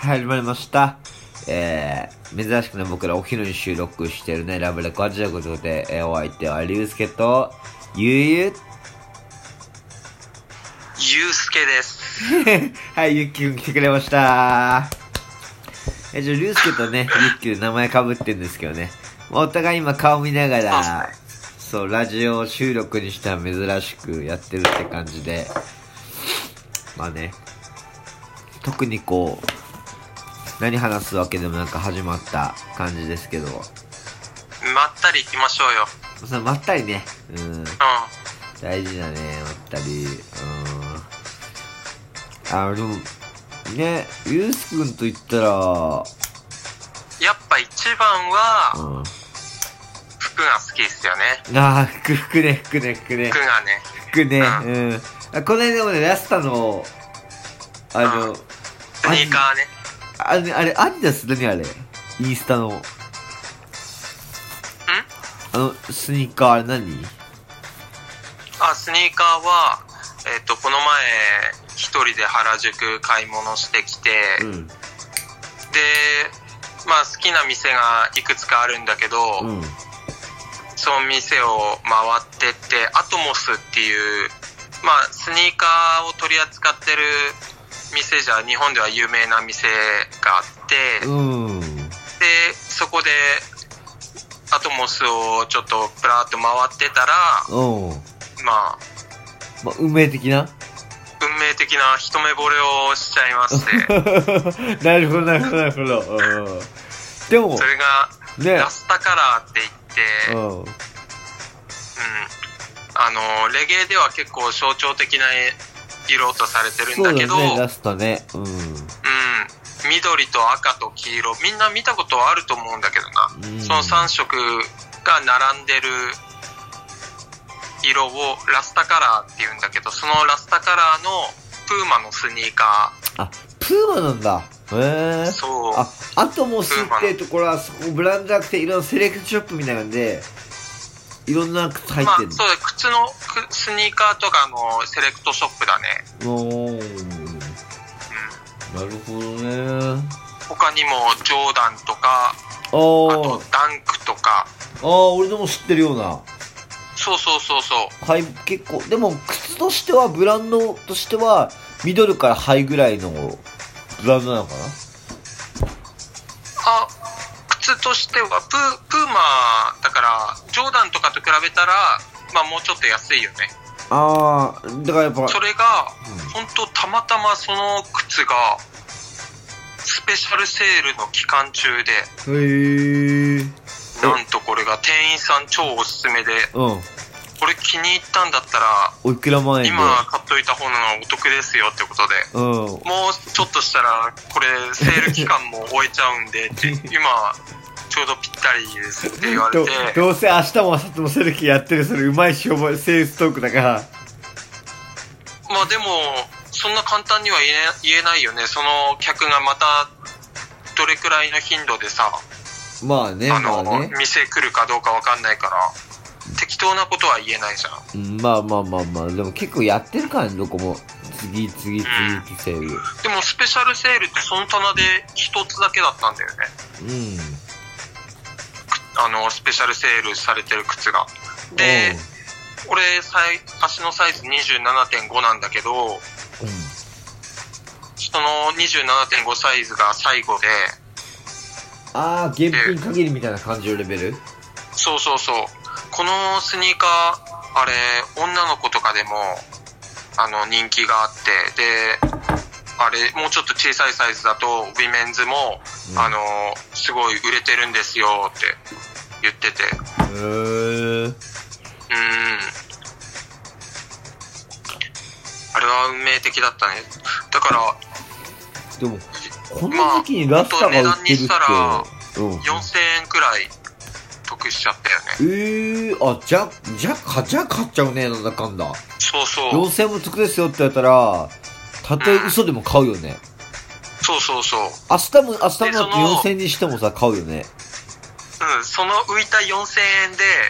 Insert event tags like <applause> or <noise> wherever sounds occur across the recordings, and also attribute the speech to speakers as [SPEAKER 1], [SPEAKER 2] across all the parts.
[SPEAKER 1] 始まりました。えー、珍しくね、僕らお昼に収録してるね、ラブレコアジアごとで、えーお相手は、リュウスケと、ゆうゆ
[SPEAKER 2] ゆうすけです。
[SPEAKER 1] う <laughs> はい、ゆっきゅん来てくれました。えー、じゃあ、リュウスケとね、ゆっきゅん名前かぶってるんですけどね、お互い今顔見ながら、そう、ラジオ収録にしては珍しくやってるって感じで、まあね、特にこう、何話すわけでもなんか始まった感じですけど、
[SPEAKER 2] まったり行きましょうよ。
[SPEAKER 1] そのまったりね、うん、
[SPEAKER 2] う
[SPEAKER 1] 大事だね、まったり、うん。あ、でも、ね、ゆうすくんと言ったら、
[SPEAKER 2] ん。やっぱ一番
[SPEAKER 1] う
[SPEAKER 2] は、
[SPEAKER 1] ん。
[SPEAKER 2] 服が好きですよね。
[SPEAKER 1] あー、服、服ね、服ね、服ね
[SPEAKER 2] 服、がね。
[SPEAKER 1] 服ね、
[SPEAKER 2] う
[SPEAKER 1] うん。あこの間もね、ラスタの、あ
[SPEAKER 2] う
[SPEAKER 1] の
[SPEAKER 2] ん、スニーカーね。
[SPEAKER 1] あれ、あれ、アディダス何あれインスタの。あの、スニーカーあれ何
[SPEAKER 2] あ、スニーカーは、えっ、と、この前、一人で原宿買い物してきて、
[SPEAKER 1] うん。
[SPEAKER 2] で、まあ好きな店がいくつかあるんだけど、
[SPEAKER 1] うん。
[SPEAKER 2] その店を回ってって、アトモスっていう、まあスニーカーを取り扱ってる店じゃ、日本では有名な店があって、
[SPEAKER 1] うん。
[SPEAKER 2] でそこでアトモスをちょっとプラーっと回ってたら
[SPEAKER 1] うん。
[SPEAKER 2] まあ
[SPEAKER 1] ま、運命的な
[SPEAKER 2] 運命的な一目惚れをしちゃいまして
[SPEAKER 1] <laughs> なるほど、なるほど、なるほど。うんでも
[SPEAKER 2] そ、れが
[SPEAKER 1] ね
[SPEAKER 2] ラ、スタカラーって
[SPEAKER 1] う
[SPEAKER 2] 言って、うん
[SPEAKER 1] ん。
[SPEAKER 2] あのレゲエでは結構象徴的な色とされてるん
[SPEAKER 1] そ
[SPEAKER 2] だ
[SPEAKER 1] う
[SPEAKER 2] けど
[SPEAKER 1] だ
[SPEAKER 2] う、
[SPEAKER 1] ね、ラストね。うん。
[SPEAKER 2] ん、緑と赤と黄色みんな見たことはあると思うんだけどな、
[SPEAKER 1] うん
[SPEAKER 2] その3色が並んでる色をラスタカラーっていうんだけどそのラスタカラーのプーマのスニーカ
[SPEAKER 1] あ、プーマなんだ。へえ
[SPEAKER 2] ー。そう
[SPEAKER 1] あ、アトモスっていうところは、そこブランドじゃなくて、いろんなセレクトショップみたいなんで、いろんな靴入
[SPEAKER 2] まあ
[SPEAKER 1] ってん
[SPEAKER 2] そうだ靴のくスニーカーとかのセレクトショップだね、
[SPEAKER 1] の。おー
[SPEAKER 2] う
[SPEAKER 1] なるほどね。
[SPEAKER 2] ん、他にもジョーダンとか
[SPEAKER 1] あー
[SPEAKER 2] あとダンクとか
[SPEAKER 1] あー、俺でも知ってるような。
[SPEAKER 2] そうそうそうそう
[SPEAKER 1] はい、結構、でも靴としては、ブランドとしては、ミドルからハイぐらいのブランドなのかな
[SPEAKER 2] あ靴としてはプープーマだからジョーダンとかと比べたらまあもうちょっと安いよね
[SPEAKER 1] ああ、だからやっぱ、
[SPEAKER 2] それが
[SPEAKER 1] うん、
[SPEAKER 2] 本当たまたまその靴が、スペシャルセールの期間中で、
[SPEAKER 1] へえ。
[SPEAKER 2] なんとこれが店員さん超おすすめで、
[SPEAKER 1] うん。
[SPEAKER 2] これ気に入ったんだったら、
[SPEAKER 1] おいくら万円で。
[SPEAKER 2] 今買っといた方がお得ですよってことで、
[SPEAKER 1] うん。
[SPEAKER 2] もうちょっとしたら、これセール期間も終えちゃうん
[SPEAKER 1] <laughs>
[SPEAKER 2] で、って今、ちょうどぴったりですって言われ
[SPEAKER 1] ど
[SPEAKER 2] て、
[SPEAKER 1] どうせ明日も明後日もセルキやってるそれうまいしょぼいセールストークだから
[SPEAKER 2] まあでも、そんな簡単には言え言えないよね。その客がまた、どれくらいの頻度でさ、
[SPEAKER 1] まあね
[SPEAKER 2] あの、店来るかどうかわかんないから、適当なことは言えないじゃん。
[SPEAKER 1] うんまあまあまあまあでも結構やってるからねどこも次次次ってセール
[SPEAKER 2] でもスペシャルセールってその棚で一つだけだったんだよね。
[SPEAKER 1] うん
[SPEAKER 2] あの、スペシャルセールされてる靴が。で、俺、サイ足のサイズ27.5なんだけど、
[SPEAKER 1] おう
[SPEAKER 2] その27.5サイズが最後で、
[SPEAKER 1] ああー現品限りみたいな感じのレベル
[SPEAKER 2] そうそうそう。このスニーカー、あれ、女の子とかでも、あの、人気があって、で、あれ、もうちょっと小さいサイズだと、ウィメンズも、
[SPEAKER 1] うん
[SPEAKER 2] あの、すごい売れてるんですよって言ってて、う
[SPEAKER 1] へえ
[SPEAKER 2] ーん。あれは運命的だったね。だから、
[SPEAKER 1] でもこの時期にラスタが売ってるって、
[SPEAKER 2] まあ
[SPEAKER 1] うん
[SPEAKER 2] 4000円くらい得しちゃったよね。
[SPEAKER 1] ええー、あじゃじゃかじゃ買っちゃうねなんだかんだ
[SPEAKER 2] そうそう。
[SPEAKER 1] 4000円もつくですよって言ったらたとえ嘘でも買うよね
[SPEAKER 2] そうそうそう。
[SPEAKER 1] 明日も、明日も
[SPEAKER 2] で
[SPEAKER 1] だ
[SPEAKER 2] そ
[SPEAKER 1] っ
[SPEAKER 2] の
[SPEAKER 1] て4000円にしてもさ、買うよね。
[SPEAKER 2] うん、その浮いた4000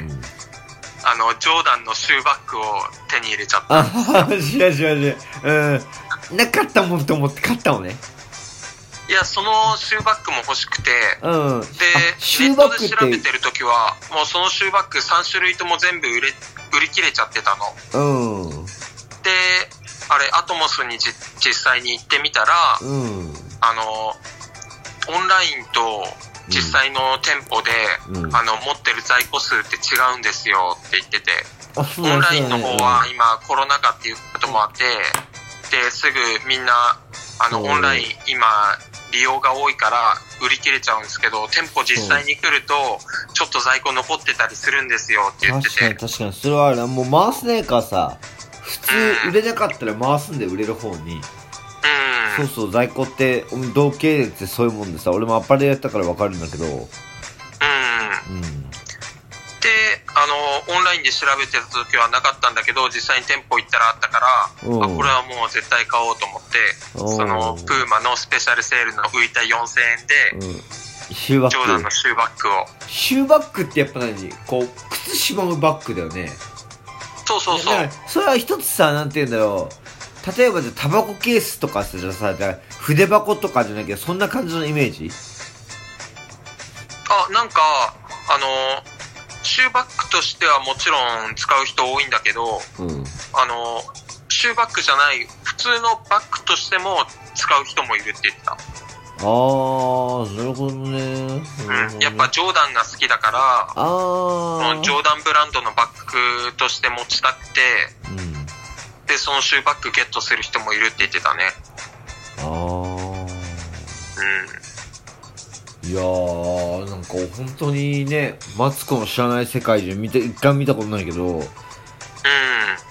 [SPEAKER 2] 円で、
[SPEAKER 1] うん、
[SPEAKER 2] あの、ジョーダンのシューバッグを手に入れちゃった。
[SPEAKER 1] あはは、違う違う違う。うん。なかったもんと思って買ったのね。
[SPEAKER 2] いや、そのシューバッグも欲しくて、
[SPEAKER 1] うん。あ
[SPEAKER 2] で、
[SPEAKER 1] シュー
[SPEAKER 2] ネッ
[SPEAKER 1] バ
[SPEAKER 2] トで
[SPEAKER 1] ッ
[SPEAKER 2] 調
[SPEAKER 1] グ
[SPEAKER 2] べ
[SPEAKER 1] って
[SPEAKER 2] て、るときは、もうそのシューバッグ3種類とも全部売れ、売り切れちゃってたの。
[SPEAKER 1] うん。
[SPEAKER 2] で、あれ、アトモスにじ実際に行ってみたら、
[SPEAKER 1] うん。
[SPEAKER 2] あの、オンラインと実際の店舗で、
[SPEAKER 1] うん
[SPEAKER 2] あの、持ってる在庫数って違うんですよって言ってて、
[SPEAKER 1] あ、そう
[SPEAKER 2] オ
[SPEAKER 1] な
[SPEAKER 2] ン
[SPEAKER 1] んで
[SPEAKER 2] ラ
[SPEAKER 1] す
[SPEAKER 2] イ
[SPEAKER 1] よ
[SPEAKER 2] ンの
[SPEAKER 1] ね
[SPEAKER 2] 方は今コロナ禍っていうこともあって、で、すぐみんな、あの、
[SPEAKER 1] うん
[SPEAKER 2] オンライン今利用が多いから売り切れちゃうんですけど、店舗実際に来ると、ちょっと在庫残ってたりするんですよって言って
[SPEAKER 1] 確かに
[SPEAKER 2] て、
[SPEAKER 1] 確かにそれはあれだもう回せないからさ普通売れなかったら回すんで売れる方に
[SPEAKER 2] う
[SPEAKER 1] そ
[SPEAKER 2] ん
[SPEAKER 1] う、そう在庫って同系列ってそういうもんでさ俺もアパレルやったから分かるんだけどうん
[SPEAKER 2] うん。で、あの、オンラインで調べてた時はなかったんだけど、実際に店舗行ったらあったから、
[SPEAKER 1] うん
[SPEAKER 2] あこれはもう絶対買おうと思って、
[SPEAKER 1] うん
[SPEAKER 2] その、プーマのスペシャルセールの浮いた4000円
[SPEAKER 1] う
[SPEAKER 2] で、
[SPEAKER 1] んシューバ
[SPEAKER 2] ジョーダン
[SPEAKER 1] ッ
[SPEAKER 2] の
[SPEAKER 1] グ
[SPEAKER 2] シューバッグを。
[SPEAKER 1] シューバッグってやっぱ何こう靴しまうバッグだよね
[SPEAKER 2] そうそうそう。う
[SPEAKER 1] だ
[SPEAKER 2] ん。
[SPEAKER 1] からそれは一つさなんて言うんだろう例えばじゃあタバコケースとかさじゃあさじゃあ筆箱とかじゃなきゃそんな感じのイメージ
[SPEAKER 2] あ、なんか、あの、シューバッグとしてはもちろん使う人多いんだけど、
[SPEAKER 1] うん
[SPEAKER 2] あの、シューバッグじゃない、普通のバッグとしても使う人もいるって言ってた。
[SPEAKER 1] ああなるほどねなるほど
[SPEAKER 2] うん。
[SPEAKER 1] ね
[SPEAKER 2] やっぱジョーダンが好きだから、
[SPEAKER 1] あ
[SPEAKER 2] そのジ
[SPEAKER 1] ー
[SPEAKER 2] ョーダンブランドのバッグとして持ちたくて、
[SPEAKER 1] うん
[SPEAKER 2] で、そのシューバッグゲットする人もいるって言ってたね。
[SPEAKER 1] あ
[SPEAKER 2] うん。
[SPEAKER 1] ーいやーなんか本当にねマツコの知らない世界中見て一回見たことないけど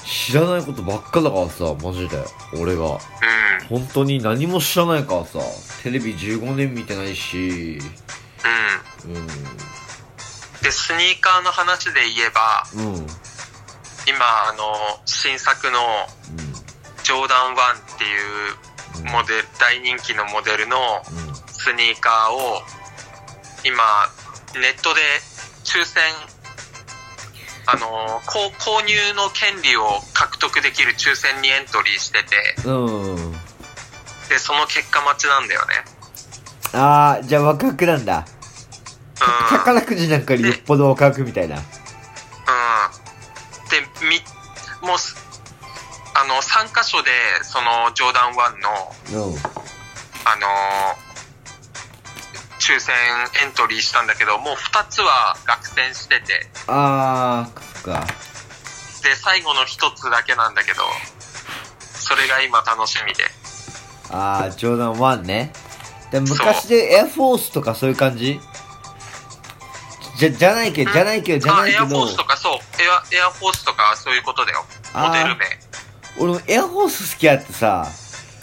[SPEAKER 1] 知らないことばっかだからさマジで俺が
[SPEAKER 2] う
[SPEAKER 1] 本当に何も知らないからさテレビ15年見てないし
[SPEAKER 2] ん。うん。う。
[SPEAKER 1] うん
[SPEAKER 2] で、スニーカーの話で言えば、
[SPEAKER 1] んうんうん
[SPEAKER 2] 今、あの、新作のジョーダン1っていうモデル、大人気のモデルの
[SPEAKER 1] うん
[SPEAKER 2] スニーカーを、今、ネットで抽選、あの、こう購入の権利を獲得できる抽選にエントリーしてて、
[SPEAKER 1] うん
[SPEAKER 2] で、その結果待ちなんだよね。
[SPEAKER 1] あーじゃあワクワクなんだ
[SPEAKER 2] うん。
[SPEAKER 1] 宝くじなんかよりよっぽどワクワクみたいな
[SPEAKER 2] うん。で、み、もうす、あの、3箇所で、その、ジョーダン1の、
[SPEAKER 1] うん
[SPEAKER 2] あのー抽選エントリーしたんだけど、もう2つは落選してて、
[SPEAKER 1] あーそっか
[SPEAKER 2] で、最後の1つだけなんだけど、それが今楽しみで。
[SPEAKER 1] ああ、ジョーダン1ね。で昔でエアフォースとかそういう感じじゃ、じゃないけど、じゃないけど、じゃ
[SPEAKER 2] あ、
[SPEAKER 1] ない
[SPEAKER 2] エ
[SPEAKER 1] け
[SPEAKER 2] アフォ
[SPEAKER 1] ど
[SPEAKER 2] ー、スとか、そう、エア、エアフォースとか、そういうことだよ。
[SPEAKER 1] あー
[SPEAKER 2] モデル名。
[SPEAKER 1] 俺もエアフォース好きやってさ、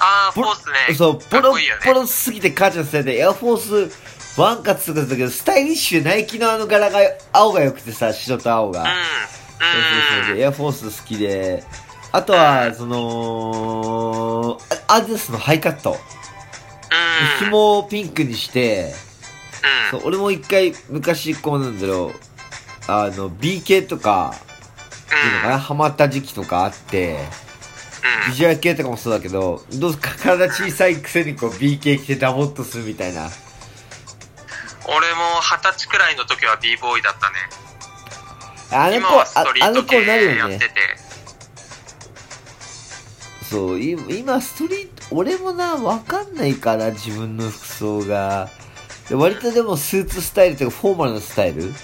[SPEAKER 2] あー、
[SPEAKER 1] ポ
[SPEAKER 2] フ
[SPEAKER 1] ロ
[SPEAKER 2] ォースね。
[SPEAKER 1] そう、ポ
[SPEAKER 2] かっ
[SPEAKER 1] ロ
[SPEAKER 2] こいいよね。
[SPEAKER 1] ポロすぎて母ちゃん伝えて、エアフォースワンカッツとかだけど、スタイリッシュ、ナイキのあの柄が、青が良くてさ、白と青が。そうそう
[SPEAKER 2] う
[SPEAKER 1] そう
[SPEAKER 2] ん。うん。
[SPEAKER 1] でエアフォース好きで、あとは、その、あアデスのハイカット。
[SPEAKER 2] うん。うん。
[SPEAKER 1] 紐をピンクにして、そう俺も一回昔こうなんだろうあの B 系とかっていうのかなハマった時期とかあって
[SPEAKER 2] うん
[SPEAKER 1] ビジュアル系とかもそうだけどどうか体小さいくせにこう B 系着てダボっとするみたいな
[SPEAKER 2] 俺も二十歳くらいの時は b ボーイだったね
[SPEAKER 1] あの
[SPEAKER 2] 今
[SPEAKER 1] 子
[SPEAKER 2] は
[SPEAKER 1] あ
[SPEAKER 2] ストリ
[SPEAKER 1] あ
[SPEAKER 2] ー
[SPEAKER 1] の
[SPEAKER 2] ト
[SPEAKER 1] 子
[SPEAKER 2] 系
[SPEAKER 1] になる
[SPEAKER 2] や
[SPEAKER 1] よ
[SPEAKER 2] って
[SPEAKER 1] ね
[SPEAKER 2] て
[SPEAKER 1] そうい今ストリート俺もなわかんないから自分の服装がで割とでもスーツスタイルというかフォーマルなスタイル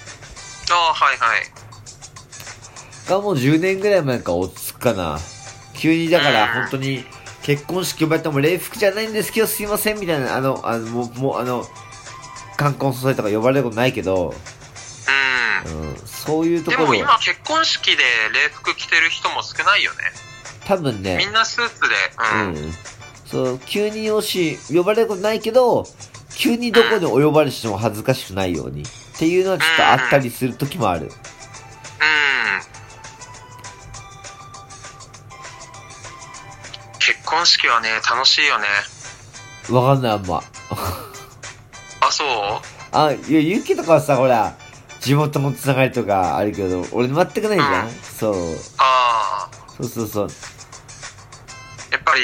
[SPEAKER 2] ああはいはい
[SPEAKER 1] がもう10年ぐらい前から落ち着くかな急にだから本当に結婚式呼ばれても礼服じゃないんですけどすいませんみたいなあのあのもうもうあの冠婚葬祭とか呼ばれることないけど、
[SPEAKER 2] う
[SPEAKER 1] うん、そういうと
[SPEAKER 2] んで
[SPEAKER 1] ころ
[SPEAKER 2] も
[SPEAKER 1] で
[SPEAKER 2] 今結婚式で礼服着てる人も少ないよね
[SPEAKER 1] 多分ね
[SPEAKER 2] みんなスーツで
[SPEAKER 1] う
[SPEAKER 2] うん、うん、
[SPEAKER 1] んそう急によし呼ばれることないけど急にどこにお呼ばれしても恥ずかしくないようにっていうのはちょっとあったりする時もある
[SPEAKER 2] 結婚式はね楽しいよね
[SPEAKER 1] わかんないあんま
[SPEAKER 2] あそう
[SPEAKER 1] あ、いや、ゆきとかはさ、ほら、地元のつながりとかあるけど、俺全くないじゃん、
[SPEAKER 2] うん
[SPEAKER 1] そう。
[SPEAKER 2] ああ
[SPEAKER 1] そうそうそう。
[SPEAKER 2] やっぱり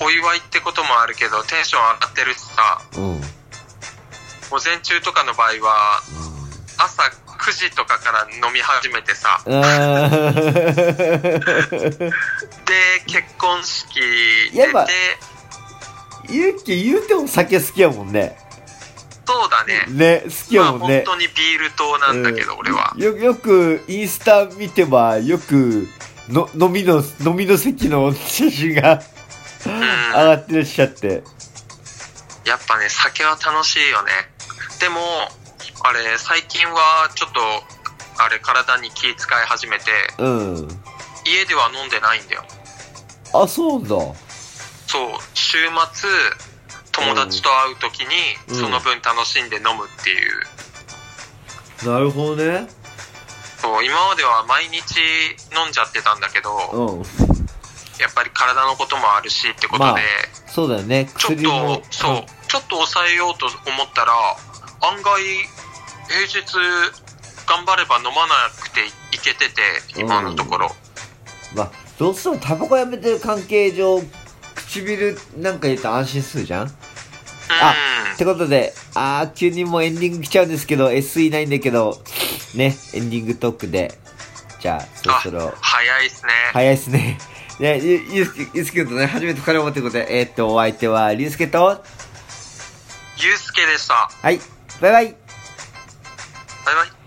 [SPEAKER 2] お祝いってこともあるけど、テンション上がってるしさ、
[SPEAKER 1] うん。うん。
[SPEAKER 2] 午前中とかの場合は、朝9時とかから飲み始めてさ、
[SPEAKER 1] あ
[SPEAKER 2] <laughs>
[SPEAKER 1] ー
[SPEAKER 2] で、結婚式
[SPEAKER 1] や
[SPEAKER 2] 出
[SPEAKER 1] っぱ
[SPEAKER 2] て、
[SPEAKER 1] ゆっき言うても酒好きやもんね。
[SPEAKER 2] そうだね。
[SPEAKER 1] ね、好き
[SPEAKER 2] ま
[SPEAKER 1] や
[SPEAKER 2] あ
[SPEAKER 1] もん
[SPEAKER 2] 本
[SPEAKER 1] ね。
[SPEAKER 2] 当にビール党なんだけど、
[SPEAKER 1] うん
[SPEAKER 2] 俺は。
[SPEAKER 1] よよくインスタ見てばよくの飲みの飲みの席の写真が上がってらっしゃって
[SPEAKER 2] やっぱね、酒は楽しいよね。でも、あれ、最近はちょっと、あれ、体に気使い始めて、
[SPEAKER 1] うん
[SPEAKER 2] 家では飲んでないんだよ。
[SPEAKER 1] あそうだ
[SPEAKER 2] そう、週末、友達と会うときに、
[SPEAKER 1] うん
[SPEAKER 2] その分楽しんで飲むっていう。
[SPEAKER 1] なるほどね
[SPEAKER 2] そう、今までは毎日飲んじゃってたんだけど、
[SPEAKER 1] うん
[SPEAKER 2] やっぱり体のこともあるしってことで、
[SPEAKER 1] まあそうだよね
[SPEAKER 2] ちょっ
[SPEAKER 1] 薬も
[SPEAKER 2] と、そう、ちょっと抑えようと思ったら、案外、平日、頑張れば飲まなくていけてて、今のところ。
[SPEAKER 1] まあどうしてもタバコやめてる関係上唇なんか言うと安心するじゃんっあ
[SPEAKER 2] う
[SPEAKER 1] てことであー急にもうエンディング来ちゃうんですけど SE ないんだけどねエンディングトークでじゃあそろそ
[SPEAKER 2] ん。あ
[SPEAKER 1] ろ、
[SPEAKER 2] 早いですね。
[SPEAKER 1] 早いですね。 <laughs> で、ゆ、ゆうすけ、ゆうすけくんとね、初めて彼もってことで、えーっと、お相手は、りゅうすけと、
[SPEAKER 2] ゆうすけでした。
[SPEAKER 1] はい、バイバイ
[SPEAKER 2] バイバイ。